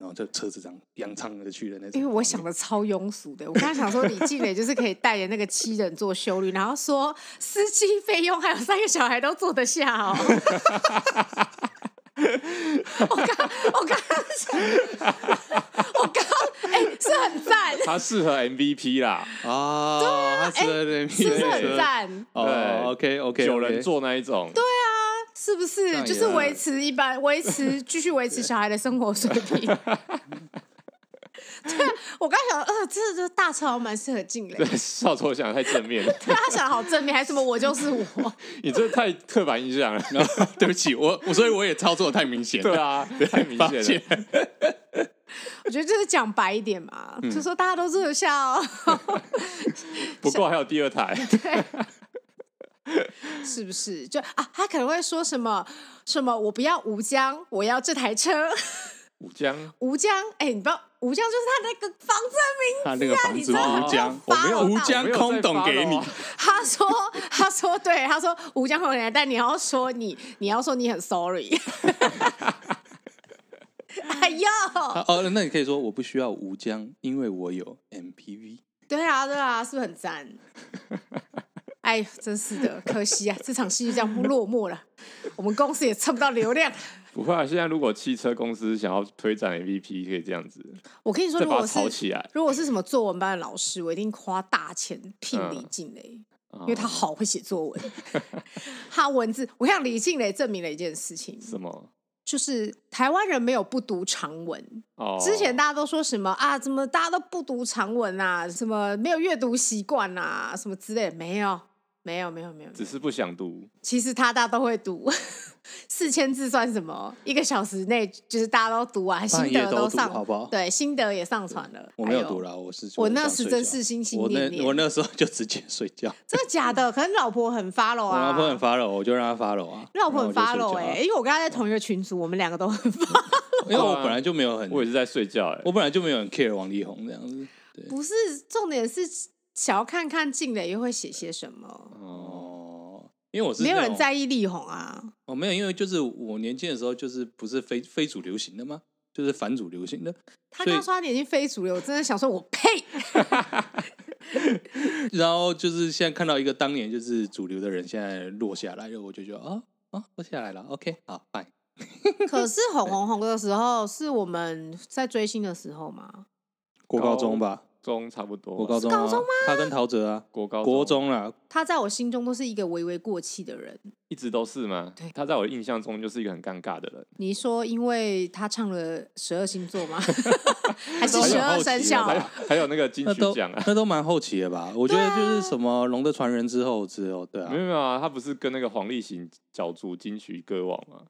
Speaker 1: 然后这车子这样扬长而去的那种。
Speaker 2: 因为我想的超庸俗的，我刚才想说李静蕾就是可以代言那个七人座修旅，然后说司机费用还有三个小孩都坐得下哦。我刚我刚我刚哎、是很赞，
Speaker 3: 他适合 MVP 啦，
Speaker 1: 啊，对啊，他吃了
Speaker 2: 哎是不是很赞？
Speaker 1: 哦，OK OK，
Speaker 3: 九人座那一种， 对，
Speaker 2: 是不
Speaker 1: 样
Speaker 2: 是
Speaker 1: 也
Speaker 2: 就是维持一般，维持继续维持小孩的生活水平？ 对啊，我刚想，呃，这这大车好像蛮适合静蕾，
Speaker 3: 少佐想得太 正面了，
Speaker 2: 对他想的好正面，还什么我就是我。
Speaker 3: 你这太刻板印 象了，
Speaker 1: 对不起，我我所以我也操作得太明显了，
Speaker 3: 对啊，太明
Speaker 1: 抱
Speaker 3: 显
Speaker 1: 歉
Speaker 3: 了，。
Speaker 2: 我觉得就是讲白一点嘛，就说大家都坐得下哦，
Speaker 3: 不过还有第二台，
Speaker 2: 是不是？就啊，他可能会说什么什么，我不要吴江，我要这台车。
Speaker 3: 五江，
Speaker 2: 吴江，哎、你不要吴江，就是他那个房证
Speaker 1: 他那个房子
Speaker 2: 啊你知道
Speaker 1: 吴江，
Speaker 2: 我没有
Speaker 1: 吴江空洞给
Speaker 3: 我没
Speaker 1: 你
Speaker 3: 有在发
Speaker 2: 明。
Speaker 3: 了哦，
Speaker 2: 他说， 他说，对，他说吴江很人，但你要说你，你要说你很 sorry。哎呦，
Speaker 1: 啊哦，那你可以说我不需要吴江，因为我有 MPV。
Speaker 2: 对啊，对啊，是不是很 赞？哎，真是的，可惜啊，这场戏就这样落幕了， 我们公司也蹭不到流量。
Speaker 3: 不会啊！现在如果汽车公司想要推展 MVP，可以这样子，
Speaker 2: 我跟你说，
Speaker 3: 再
Speaker 2: 如
Speaker 3: 把
Speaker 2: 果
Speaker 3: 它炒
Speaker 2: 是
Speaker 3: 起来，
Speaker 2: 如果是什么作文班的老师，我一定花大钱聘李静蕾，
Speaker 3: 因
Speaker 2: 因为他好会写作文， 他文字。我想李静蕾证明了一件事情，
Speaker 3: 什么
Speaker 2: 就是台湾人没有不读长文。
Speaker 3: 哦，
Speaker 2: 之前大家都说什么啊，怎么大家都不读长文啊，什么没有阅读习惯啊，什么之类的，没有，没有，没有，没有。
Speaker 3: 只是不想读，
Speaker 2: 其实他大家都会读， 四千字算什么？一个小时内就是大家都读完，
Speaker 1: 半
Speaker 2: 心
Speaker 1: 夜
Speaker 2: 得
Speaker 1: 都读
Speaker 2: 上，
Speaker 1: 好不好
Speaker 2: 对，心得也上传了。
Speaker 1: 我没有
Speaker 2: 还
Speaker 1: 读，了，我是
Speaker 2: 哎我
Speaker 1: 就
Speaker 2: 那
Speaker 1: 想
Speaker 2: 时
Speaker 1: 睡
Speaker 2: 真
Speaker 1: 觉
Speaker 2: 是心心
Speaker 1: 我
Speaker 2: 念
Speaker 1: 那
Speaker 2: 念
Speaker 1: 我那时候就直接睡觉，
Speaker 2: 真的 假的？可能老婆很 follow
Speaker 1: 我
Speaker 2: 啊，
Speaker 1: 老婆很 follow，我就让她 follow 啊，
Speaker 2: 老婆很
Speaker 1: 然后
Speaker 2: follow
Speaker 1: 我就睡觉啊
Speaker 2: 哎、因为我跟他在同一个群组，我们两个都很 follow。
Speaker 1: 因为我本来就没有很，
Speaker 3: 我也是在睡觉哎、
Speaker 1: 我本来就没有很 care 王力宏这样子。
Speaker 2: 不是，重点是想要看看静蕾又会写些什么，
Speaker 3: 哦，
Speaker 1: 哦，因为我是
Speaker 2: 没有
Speaker 1: 那
Speaker 2: 人
Speaker 1: 种
Speaker 2: 在意力宏啊。
Speaker 1: 哦，没有，因为就是我年轻的时候，就是不是非非主流型的吗？就是反主流型的，
Speaker 2: 他
Speaker 1: 所以
Speaker 2: 刚说他年纪非主流，我真的想说，我 呸！
Speaker 1: 然后就是现在看到一个当年就是主流的人现在落下来了，我就觉得啊啊落下来了，OK，好，fine，
Speaker 2: 可是红红红的时候是我们在追星的时候嘛？
Speaker 1: 国
Speaker 3: 高
Speaker 1: 高中吧，
Speaker 3: 中差不多，
Speaker 1: 国高中、啊，
Speaker 2: 高中吗
Speaker 1: 他跟陶喆啊，
Speaker 3: 国高
Speaker 1: 国中啦，
Speaker 2: 他在我心中都是一个微微过气的人。
Speaker 3: 一直都是吗？
Speaker 2: 对
Speaker 3: 他在我印象中就是一个很尴尬的人，
Speaker 2: 你说因为他唱了十二星座吗？ 还是
Speaker 1: 都很
Speaker 2: 十二
Speaker 1: 好奇啊
Speaker 2: 生
Speaker 1: 大
Speaker 2: 肖
Speaker 3: 还有
Speaker 1: 家？
Speaker 3: 还有那个金
Speaker 1: 那
Speaker 3: 曲
Speaker 1: 都
Speaker 3: 奖啊，
Speaker 1: 那都蛮后期的吧？我觉得就是
Speaker 2: 啊
Speaker 1: 什么《龙的传人》之后之后，对啊
Speaker 3: 没，有没有啊，他不是跟那个黄立行角逐金曲歌王吗？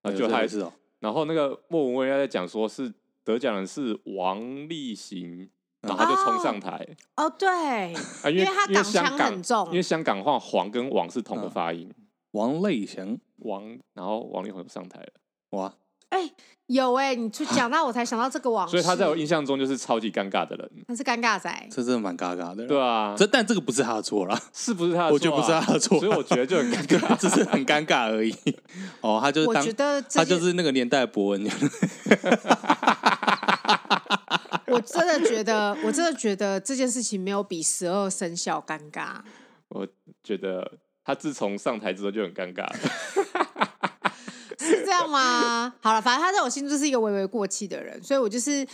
Speaker 3: 啊，就还
Speaker 1: 还是哦，
Speaker 3: 然后那个莫文蔚在讲说是得奖人是王力行，然后他就冲上台、
Speaker 2: 哦，对，
Speaker 3: 啊，
Speaker 2: 因
Speaker 3: 因
Speaker 2: 为他
Speaker 3: 因为
Speaker 2: 港
Speaker 3: 香
Speaker 2: 腔
Speaker 3: 港
Speaker 2: 很重
Speaker 3: 因为香港话黄跟王是
Speaker 1: 嗯
Speaker 3: 同个发音，
Speaker 1: 王类型
Speaker 3: 王，然后王力宏就上台了，
Speaker 1: 哇，
Speaker 2: 哎、有哎、你去讲到我才想到这个往事。
Speaker 3: 所以他在我印象中就是超级尴尬的人，
Speaker 2: 他是尴尬仔，
Speaker 1: 这真的蛮尬尬的。
Speaker 3: 对啊，
Speaker 1: 嗯这但这个不是他的错啦，
Speaker 3: 是不是他的错啊、
Speaker 1: 我觉得不是他的错
Speaker 3: 所以我觉得就很尴 尬。
Speaker 1: 只是很尴尬而已。哦，他就是
Speaker 2: 我
Speaker 1: 当
Speaker 2: 觉得这
Speaker 1: 他就
Speaker 2: 件
Speaker 1: 是那个年代的博文，
Speaker 2: 我真的觉得，我真的觉得这件事情没有比十二生肖尴尬。
Speaker 3: 我觉得他自从上台之后就很尴尬了，
Speaker 2: 是这样吗？好了，反正他在我心中就是一个微微过气的人，所以我就是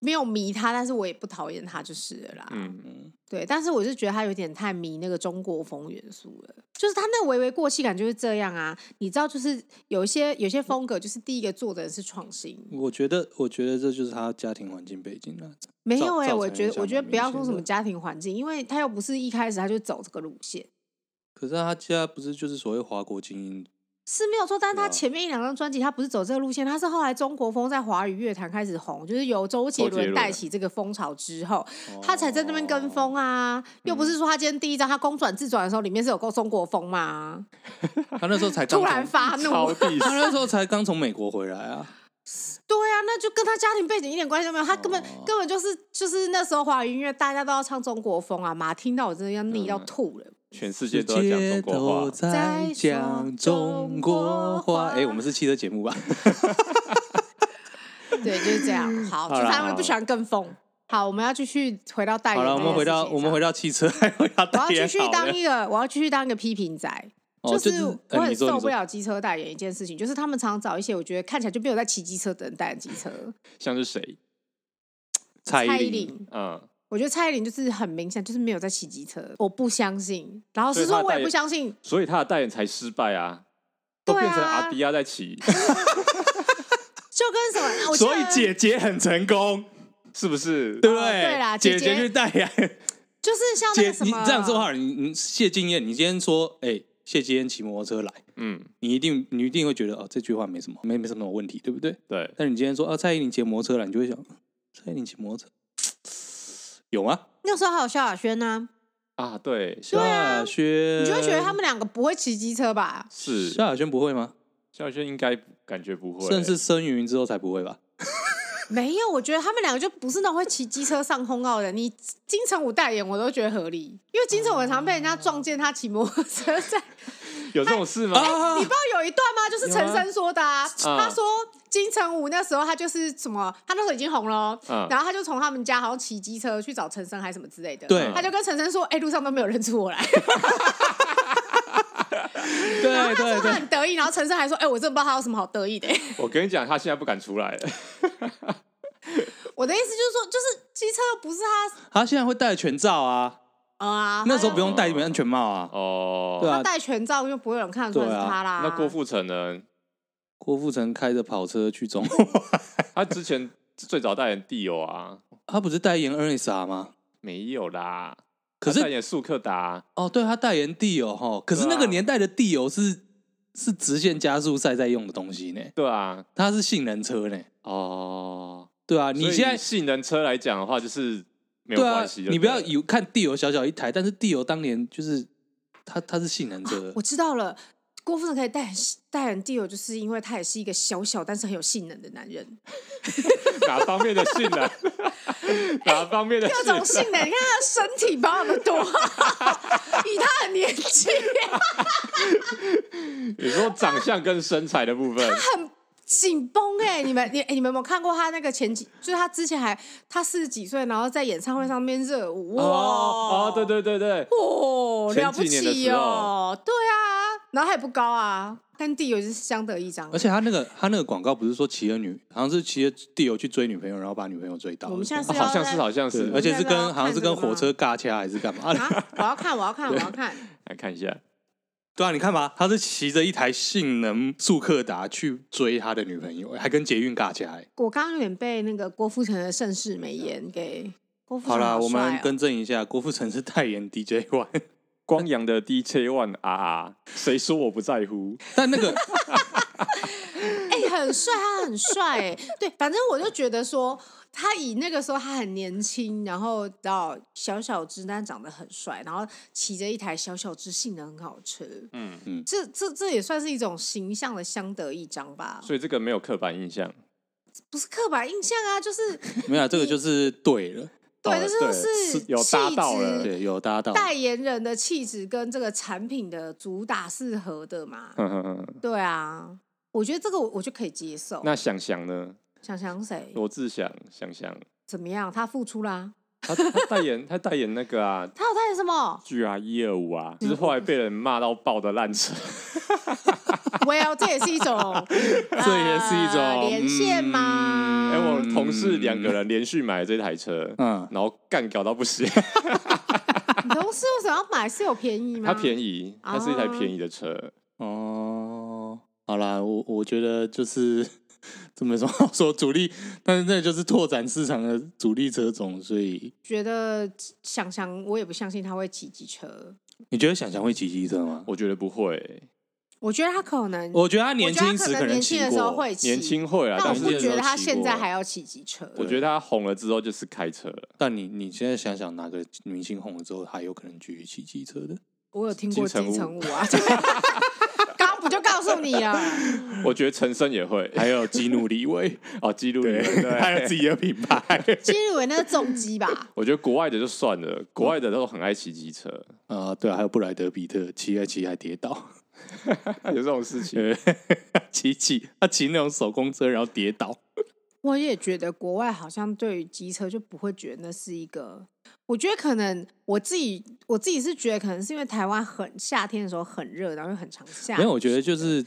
Speaker 2: 没有迷他，但是我也不讨厌他就是了啦。
Speaker 3: 嗯，
Speaker 2: 对，但是我是觉得他有点太迷那个中国风元素了，就是他那微微过气感就是这样啊。你知道，就是有一些有些风格，就是第一个做的人是创新，
Speaker 1: 我觉得我觉得这就是他家庭环境背景啊了。
Speaker 2: 没有
Speaker 1: 造
Speaker 2: 哎、
Speaker 1: 造
Speaker 2: 我
Speaker 1: 成
Speaker 2: 觉
Speaker 1: 影
Speaker 2: 得我
Speaker 1: 响
Speaker 2: 觉得
Speaker 1: 蛮
Speaker 2: 不要
Speaker 1: 明
Speaker 2: 说
Speaker 1: 显
Speaker 2: 什么
Speaker 1: 的
Speaker 2: 家庭环境，因为他又不是一开始他就走这个路线。
Speaker 1: 可是他家不是就是所谓华国精英
Speaker 2: 是没有错，但是
Speaker 3: 对
Speaker 2: 他
Speaker 3: 啊
Speaker 2: 前面一两张专辑，他不是走这个路线，他是后来中国风在华语乐坛开始红，就是由周杰
Speaker 3: 周杰
Speaker 2: 伦
Speaker 3: 伦
Speaker 2: 带起这个风潮之后，
Speaker 1: 哦
Speaker 2: 他才在那边跟风啊。又不
Speaker 1: 嗯
Speaker 2: 是说他今天第一张他公转自转的时候，里面是有够中国风啊吗？
Speaker 1: 他那时候才刚
Speaker 2: 突然
Speaker 1: 从
Speaker 2: 发怒，
Speaker 3: 超地
Speaker 1: 他那时候才刚从美国回来啊，
Speaker 2: 对啊，那就跟他家庭背景一点关系都没有，他根本、
Speaker 1: 哦
Speaker 2: 根本就是就是那时候华语音乐大家都要唱中国风啊，妈听到我真的要腻到
Speaker 3: 嗯
Speaker 2: 吐了。
Speaker 3: 全世界都在讲中国话，
Speaker 1: 在讲中国话。哎，我们是汽车节目吧？
Speaker 2: 对，就是这样。好，
Speaker 3: 好
Speaker 2: 就是
Speaker 3: 啦
Speaker 2: 他
Speaker 3: 好
Speaker 2: 们
Speaker 3: 啦
Speaker 2: 不喜欢跟风。好，我们要继续回到代言。
Speaker 1: 好了，我们回到我们回
Speaker 2: 到，
Speaker 1: 到汽车，还回到
Speaker 2: 我
Speaker 1: 代
Speaker 2: 要
Speaker 1: 言
Speaker 2: 继续
Speaker 1: 好
Speaker 2: 当
Speaker 1: 了
Speaker 2: 一个，我要继续当一个批评仔。
Speaker 1: 哦
Speaker 2: 是
Speaker 1: 是
Speaker 2: 我
Speaker 1: 哎
Speaker 2: 很
Speaker 1: 你说
Speaker 2: 受
Speaker 1: 你
Speaker 2: 不
Speaker 1: 说
Speaker 2: 了机车代言一件事情，就是他们常找一些我觉得看起来就没有在骑机车的人代言机车。
Speaker 3: 像是谁？
Speaker 1: 蔡
Speaker 2: 蔡依
Speaker 1: 依
Speaker 2: 林
Speaker 1: 林，，
Speaker 3: 嗯，
Speaker 2: 我觉得蔡依林就是很明显就是没有在骑机车，我不相信。然后
Speaker 3: 所
Speaker 2: 是
Speaker 3: 以
Speaker 2: 说
Speaker 3: 她
Speaker 2: 我
Speaker 3: 代
Speaker 2: 也
Speaker 3: 言
Speaker 2: 不相信，
Speaker 3: 所以他的代言才失败啊，
Speaker 2: 对
Speaker 3: 都
Speaker 2: 啊
Speaker 3: 变成阿迪亚在 骑，
Speaker 2: 就跟什么，我记
Speaker 1: 所以
Speaker 2: 得
Speaker 1: 姐姐很成功，
Speaker 3: 是不是？
Speaker 1: 对不
Speaker 2: 哦对啦姐
Speaker 1: 姐
Speaker 2: 姐
Speaker 1: 去代言，
Speaker 2: 就是像那
Speaker 1: 姐
Speaker 2: 个什
Speaker 1: 你
Speaker 2: 么，
Speaker 1: 这样说好了，你你谢金燕，你今天说，哎，谢金燕骑摩托车来，
Speaker 3: 嗯，
Speaker 1: 你一定你一定会觉得哦，这句话没什么，没没什么问题，对不对？
Speaker 3: 对，
Speaker 1: 但你今天说啊，蔡依林骑摩托车来，你就会想，蔡依林骑摩托车有吗？
Speaker 2: 那时候还有萧亚轩呢、
Speaker 3: 啊，对，
Speaker 1: 萧
Speaker 2: 啊
Speaker 1: 亚轩，
Speaker 2: 你就会觉得他们两个不会骑机车吧？
Speaker 3: 是
Speaker 1: 萧亚轩不会吗？
Speaker 3: 萧亚轩应该感觉不会，
Speaker 1: 甚至孙芸芸之后才不会吧？
Speaker 2: 没有，我觉得他们两个就不是那种会骑机车上通告的人。你金城武代言，我都觉得合理，因为金城武很常被人家撞见他骑摩托车在。
Speaker 3: 有这种事吗？
Speaker 1: 啊
Speaker 2: 哎你不知道有一段吗？就是陈升说的啊，
Speaker 1: 嗯
Speaker 3: 有啊
Speaker 2: 他说金城武那时候他就是什么，他那时候已经红了哦，
Speaker 3: 嗯
Speaker 2: 然后他就从他们家好像骑机车去找陈升还是什么之类的，
Speaker 1: 对
Speaker 2: 他就跟陈升说，哎、路上都没有认出我来，
Speaker 1: 对
Speaker 2: 然后他
Speaker 1: 对
Speaker 2: 说他
Speaker 1: 对，
Speaker 2: 很得意，然后陈升还说，哎、我真的不知道他有什么好得意的、
Speaker 3: 我跟你讲，他现在不敢出来了，
Speaker 2: 我的意思就是说，就是机车又不是
Speaker 1: 他现在会戴全罩啊，
Speaker 2: 他啊，
Speaker 1: 那时候
Speaker 2: 他
Speaker 1: 不用戴安全帽啊。
Speaker 3: 哦，
Speaker 1: 对啊
Speaker 2: 他戴全罩又不会有人看得出来是
Speaker 1: 对啊
Speaker 2: 他啦，
Speaker 3: 那郭富城呢？
Speaker 1: 郭富城开着跑车去中国，
Speaker 3: 他之前最早代言 Dior 啊，
Speaker 1: 他不是代言 Ernest 吗？
Speaker 3: 没有啦，
Speaker 1: 可
Speaker 3: 他代
Speaker 1: 是
Speaker 3: 言速克达，
Speaker 1: 哦，对他代言地油哈，可是
Speaker 3: 啊
Speaker 1: 那个年代的地油是是直线加速赛在用的东西呢，
Speaker 3: 对啊，
Speaker 1: 它是性能车呢，
Speaker 3: 哦，
Speaker 1: 对啊，
Speaker 3: 所以
Speaker 1: 你现在
Speaker 3: 以性能车来讲的话，就是没有
Speaker 1: 对啊
Speaker 3: 关系，的，
Speaker 1: 你不要
Speaker 3: 对了
Speaker 1: 以为看地油小小一台，但是地油当年就是它它是性能车，
Speaker 2: 我知道了。郭富城可以代言代言 Dior，就是哦因为他也是一个小小但是很有性能的男人，
Speaker 3: 哪方面的性 能，哪方面的
Speaker 2: 各
Speaker 3: 性
Speaker 2: 种
Speaker 3: 能，
Speaker 2: 性能。你看他的身体保养的多好， 以他很年轻，
Speaker 3: 你说长相跟身材的部分，
Speaker 2: 紧绷哎！你们你、哎你们有没有看过他那个前几？就是他之前还他四十几岁，然后在演唱会上面热舞哇
Speaker 3: 哦哦，对对对对，
Speaker 2: 哦，了
Speaker 3: 前
Speaker 2: 不
Speaker 3: 几年的
Speaker 2: 起
Speaker 3: 时候
Speaker 2: 哦，对啊，然后他也不高啊，跟 Dior 就是相得益彰
Speaker 1: 而。且他那个他那个广告不是说骑着女，好像是骑着地油去追女朋友，然后把女朋友追到。
Speaker 2: 我们现在
Speaker 3: 哦
Speaker 2: 是要
Speaker 3: 好像
Speaker 2: 在
Speaker 3: 是好像
Speaker 1: 对
Speaker 3: 是，，
Speaker 1: 而且是
Speaker 2: 我们现在是要
Speaker 1: 跟好像是跟
Speaker 2: 看这个
Speaker 1: 火
Speaker 2: 吗
Speaker 1: 车尬掐还是干嘛？
Speaker 2: 啊！我要看，我要看，我要看。
Speaker 3: 来看一下，
Speaker 1: 对啊，你看吧，他是骑着一台性能速克达去追他的女朋友，还跟捷运尬起欸来。
Speaker 2: 我刚刚有点被那个郭富城的盛世美颜给郭富城
Speaker 1: 好啦，我
Speaker 2: 帅
Speaker 1: 们
Speaker 2: 哦
Speaker 1: 更正一下，郭富城是代言 DJ One，
Speaker 3: 光阳的 DJ One R，谁说我不在乎？
Speaker 1: 但那个
Speaker 2: 哎、很帅，他很帅哎、对，反正我就觉得说，他以那个时候他很年轻，然后到小小只，但长得很帅，然后骑着一台小小只性能很好的车，
Speaker 3: 嗯
Speaker 1: 嗯
Speaker 2: 这这这也算是一种形象的相得益彰吧，
Speaker 3: 所以这个没有刻板印象，
Speaker 2: 不是刻板印象啊，就是
Speaker 1: 没有啊，这个就是对 了，
Speaker 2: 对，
Speaker 3: 哦
Speaker 2: 这
Speaker 3: 对
Speaker 2: 就是
Speaker 3: 是有搭
Speaker 2: 气
Speaker 3: 到了
Speaker 2: 质
Speaker 1: 对，有搭到。
Speaker 2: 代言人的气质跟这个产品的主打是合的嘛，
Speaker 3: 哼哼哼
Speaker 2: 对啊，我觉得这个我我就可以接受。
Speaker 3: 那想想呢？
Speaker 2: 想想谁
Speaker 3: 罗志祥，想想
Speaker 2: 怎么样？他付出啦，
Speaker 3: 他他代言他代言那个啊
Speaker 2: 他有代言什么
Speaker 3: G R 一二五啊，就是后来被人骂到爆的烂车，
Speaker 2: ？Well，这也是一 种，这
Speaker 1: 也是一种
Speaker 2: 连线吗？
Speaker 3: 哎、我同事两个人连续买了这台车，
Speaker 1: 嗯，
Speaker 3: 然后干搞到不行，
Speaker 2: 你同事为什么要买？是有便宜吗？
Speaker 3: 它便
Speaker 2: 宜，
Speaker 3: 宜，
Speaker 2: 哦
Speaker 3: 它是一台便宜的车，
Speaker 1: 哦，好啦，我我觉得就是 这么说说主力，但是那就是拓展市场的主力车种，所以
Speaker 2: 觉得想想我也不相信他会骑机车。
Speaker 1: 你觉得想想会骑机车吗？
Speaker 3: 我觉得不会、
Speaker 2: 我觉得他可能，
Speaker 1: 我觉得他
Speaker 2: 我
Speaker 1: 年
Speaker 2: 觉得
Speaker 1: 轻
Speaker 2: 他
Speaker 1: 时
Speaker 2: 可能年
Speaker 1: 能
Speaker 2: 轻
Speaker 1: 骑
Speaker 2: 的时候
Speaker 1: 过，
Speaker 2: 会骑，
Speaker 3: 年轻会啊，
Speaker 2: 但
Speaker 3: 但
Speaker 2: 我
Speaker 1: 是
Speaker 2: 不觉得他
Speaker 1: 骑
Speaker 2: 现在
Speaker 1: 过
Speaker 2: 还要骑机车。
Speaker 3: 我觉得他红了之后就是开车了，
Speaker 1: 但你你现在想想，哪个明星红了之后，还有可能继续骑机车的？
Speaker 2: 我有听过
Speaker 3: 金城
Speaker 2: 金
Speaker 3: 武
Speaker 2: 城武啊， 刚刚不就告诉你了？
Speaker 3: 我觉得陈升也会，
Speaker 1: 还有基努里维，
Speaker 3: 哦，记录对，
Speaker 1: 还有自己的品牌。
Speaker 2: 基努伟那是重击吧？
Speaker 3: 我觉得国外的就算了，国外的都很爱骑 机车，
Speaker 1: 啊、对啊，还有布莱德比特骑来骑还跌倒，
Speaker 3: 有这种事情。
Speaker 1: 对， 骑骑他骑那种手工车，然后跌倒。
Speaker 2: 我也觉得国外好像对于机车就不会觉得那是一个，我觉得可能我自己我自己是觉得可能是因为台湾很夏天的时候很热，然后又很常下雨。
Speaker 1: 没有，我觉得就是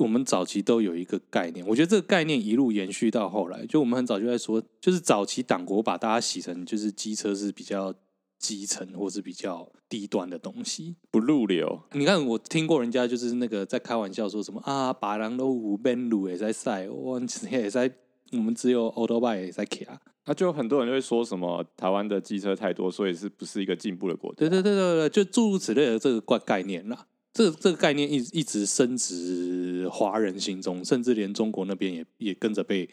Speaker 1: 我们早期都有一个概念，我觉得这个概念一路延续到后来，就我们很早就在说，就是早期党国把大家洗成就是机车是比较基层或是比较低端的东西。
Speaker 3: 不入流，
Speaker 1: 你看，我听过人家就是那个在开玩笑说什么啊，把人都五边路也在赛，我也在，我们只有 o l d b i 也在啊卡。
Speaker 3: 那就很多人就会说什么台湾的机车太多，所以是不是一个进步的国家？
Speaker 1: 对对对对对，就诸如此类的这个概概念啦。这这个概念一一直深植华人心中，甚至连中国那边也也跟着被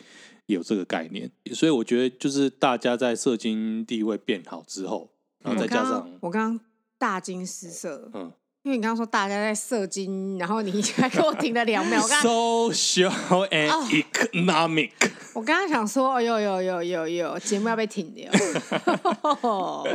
Speaker 1: 有这个概念。所以我觉得，就是大家在社经地位变好之后，然后再
Speaker 2: 嗯我
Speaker 1: 加
Speaker 2: 刚
Speaker 1: 上
Speaker 2: 刚我刚刚大惊失色，
Speaker 1: 嗯
Speaker 2: 因为你刚刚说大家在射精，然后你还给我停了两秒，我刚刚
Speaker 1: social and
Speaker 2: 哦
Speaker 1: economic，、
Speaker 2: 我刚刚想说，哦呦呦呦呦呦，节目要被 停掉。 哦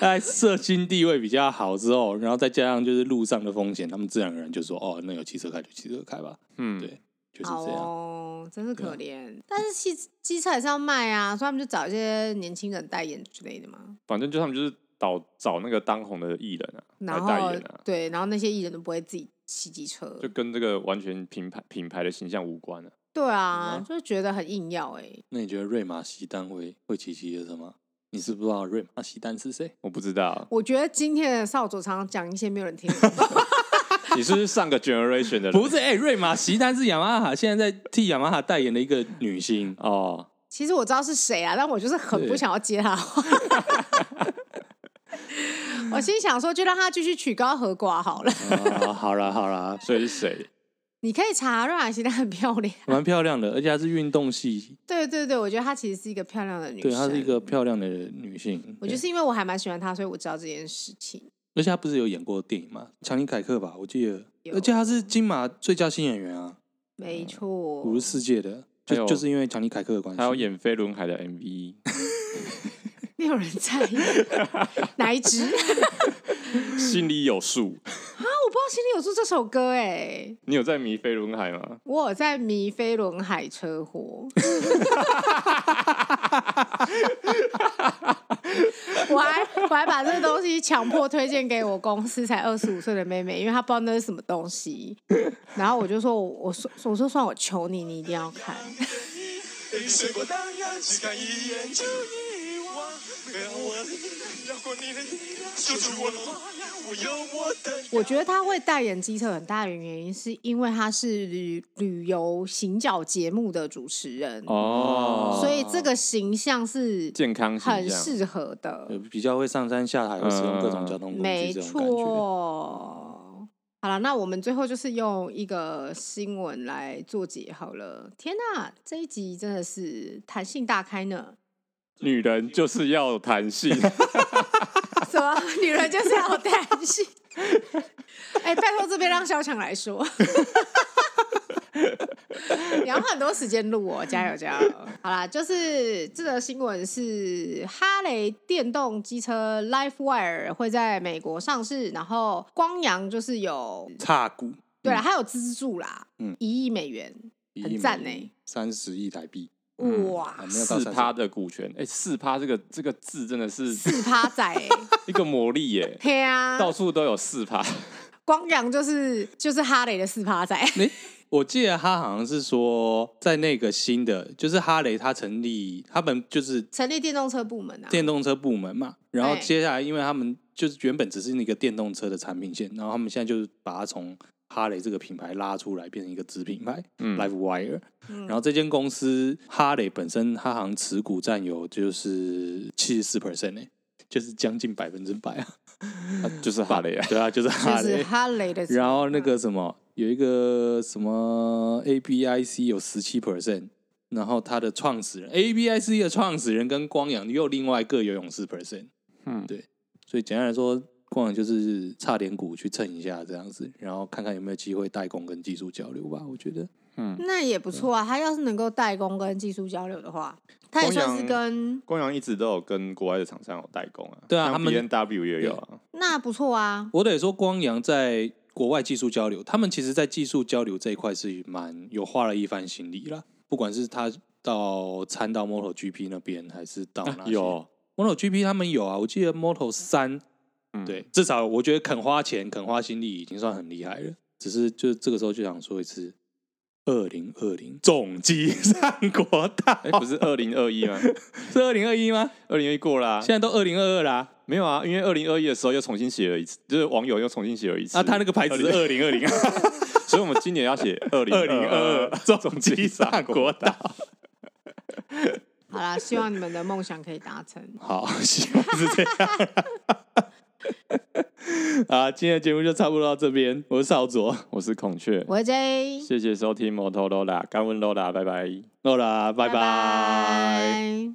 Speaker 1: 在社经地位比较好之后，然后再加上就是路上的风险，他们自然而然就说：“哦，那有汽车开就汽车开吧。”
Speaker 3: 嗯，
Speaker 1: 对，就是
Speaker 2: 好
Speaker 1: 这样。啊
Speaker 2: 哦，真是可怜。但是汽机车还是要卖啊，所以他们就找一些年轻人代言之类的嘛。
Speaker 3: 反正就他们就是找找那个当红的艺人啊来
Speaker 2: 然后、
Speaker 3: 代言啊，
Speaker 2: 对，然后那些艺人都不会自己骑机车
Speaker 3: 就。跟这个完全品牌品牌的形象无关啊。
Speaker 2: 对
Speaker 1: 嗯
Speaker 2: 啊，就是觉得很硬要哎、，
Speaker 1: 那你觉得瑞玛西丹会会骑骑车吗？你是不知道瑞玛西丹是谁？
Speaker 3: 我不知道
Speaker 2: 我觉得今天的少佐常常讲一些没有人听的 话
Speaker 3: 你是不是上个 generation 的人？
Speaker 1: 不是，哎、瑞玛西丹是雅马哈现在在替雅马哈代言的一个女星。
Speaker 3: 哦，
Speaker 2: 其实我知道是谁啊，但我就是很不
Speaker 1: 对
Speaker 2: 想要接他的话。 我心想说，就让他继续曲高和寡好了。
Speaker 1: 啊，好啦好啦，
Speaker 3: 所以是谁？
Speaker 2: 你可以查瑞玛西丹很漂亮，
Speaker 1: 蛮漂亮的，而且她是运动系，
Speaker 2: 对对对，我觉得她其实是一个漂亮的女生。
Speaker 1: 对，她是一个漂亮的女性。
Speaker 2: 我就是因为我还蛮喜欢她，所以我知道这件事情。
Speaker 1: 对，而且她不是有演过电影吗？强尼凯克吧，我记得，
Speaker 2: 有
Speaker 1: 而且她是金马最佳新演员啊，
Speaker 2: 没错，
Speaker 1: 五十世界的，
Speaker 3: 还
Speaker 1: 就
Speaker 3: 有
Speaker 1: 就是因为强尼凯克的关系。
Speaker 3: 他有演飞轮海的 MV，
Speaker 2: 没有人在意哪一 支啊？
Speaker 3: 心里有数。
Speaker 2: 我不知道《心里有数》这首歌哎、
Speaker 3: 你有在迷飞轮海吗？
Speaker 2: 我有在迷飞轮海车祸， 我还我还把这个东西强迫推荐给我公司才二十五岁的妹妹，因为她不知道那是什么东西，然后我就说我我说我说算我求你，你一定要看。
Speaker 6: 水果当然只看一眼就遗忘，让我让我你的力量说出我的话，让我有我的力量。
Speaker 2: 我觉得他会代言机车很大的原因，是因为他是旅旅游行脚节目的主持人，
Speaker 3: 哦
Speaker 2: 所以这个形象是
Speaker 3: 健康
Speaker 2: 很
Speaker 3: 形象，
Speaker 2: 适合的。
Speaker 1: 有呃比较会上山下海，会使用各种交通工具，
Speaker 2: 没
Speaker 1: 这种感觉。
Speaker 2: 错。好了，那我们最后就是用一个新闻来做结好了。天呐，这一集真的是弹性大开 呢！
Speaker 3: 女人就是要弹性。
Speaker 2: 什么女人就是要有弹性？ 哎、拜托这边让小强来说。 你要花很多时间录哦，加油加油！好啦，就是这则新闻是哈雷电动机车 LiveWire 会在美国上市，然后光阳就是有
Speaker 1: 差股
Speaker 2: 对了，它有资助啦，
Speaker 1: 嗯
Speaker 2: 一亿美元，很赞欸呢，
Speaker 1: 三十亿台币，
Speaker 2: 哇
Speaker 1: 啊，没有到
Speaker 3: 四
Speaker 1: 30
Speaker 3: 趴的股权，哎，四趴这个这个字真的是
Speaker 2: 四趴 仔欸，
Speaker 3: 一个魔力耶，
Speaker 2: 嘿啊，
Speaker 3: 到处都有四趴。
Speaker 2: 光阳就是就是哈雷的四趴仔，
Speaker 1: 诶，我记得他好像是说，在那个新的，就是哈雷他成立，他们就是
Speaker 2: 成立电动车部门啊，
Speaker 1: 电动车部门嘛，然后
Speaker 2: 对
Speaker 1: 接下来，因为他们就是原本只是那个电动车的产品线，然后他们现在就是把它从哈雷这个品牌拉出来，变成一个子品牌、
Speaker 3: 嗯
Speaker 1: l i v e Wire。
Speaker 2: 嗯
Speaker 1: 然后这间公司哈雷本身，它好欸像持股占有就是七十四 percent 呢，就是将近百分之百啊。
Speaker 3: 就是哈雷啊，
Speaker 1: 对啊，就是哈
Speaker 2: 就
Speaker 1: 雷，
Speaker 2: 是哈雷的，
Speaker 1: 然后那个什么，有一个什么 ABIC 有十七 percent，然后它的创始人 ABIC 的创始人跟光阳又另外各游泳四 percent，
Speaker 3: 嗯
Speaker 1: 对，所以简单来说，光阳就是差点股去蹭一下这样子，然后看看有没有机会代工跟技术交流吧，我觉得
Speaker 2: 嗯那也不错啊。他要是能够代工跟技术交流的话，他也算是
Speaker 3: 光阳
Speaker 2: 跟
Speaker 3: 光阳一直都有跟国外的厂商有代工啊，
Speaker 1: 对啊他
Speaker 3: 像
Speaker 1: 们
Speaker 3: B N W 也有啊，
Speaker 2: 那不错啊。
Speaker 1: 我得说光阳在。国外技术交流，他们其实，在技术交流这一块是蛮有花了一番心力啦。不管是他到参到 MotoGP 那边，还是到哪些、
Speaker 3: 啊 有，
Speaker 1: Moto GP 他们有啊，我记得 Moto 三、
Speaker 3: 嗯
Speaker 1: 对，至少我觉得肯花钱、肯花心力已经算很厉害了。只是就这个时候就想说一次，二零二零总集上国大，
Speaker 3: 哎，不是二零二 一吗？
Speaker 1: 是二零二一吗？
Speaker 3: 二零二一过啦
Speaker 1: 现，在都二零二二啦，
Speaker 3: 没有啊，因为二零二一的时候又重新写了一次，就是网友又重新写了一次
Speaker 1: 啊，他那个牌子是二零二零，啊
Speaker 3: 所以我们今年要写二零
Speaker 1: 二零二二总集上国大。
Speaker 2: 好啦，希望你们的梦想可以达成。
Speaker 1: 好，希望是 这样。啊，今天的节目就差不多到这边，我是少佐，
Speaker 3: 我是孔雀，
Speaker 2: 我是 J，
Speaker 3: 谢谢收听摩托罗拉，干温罗拉，拜拜。
Speaker 1: 诺拉，拜拜。
Speaker 2: 拜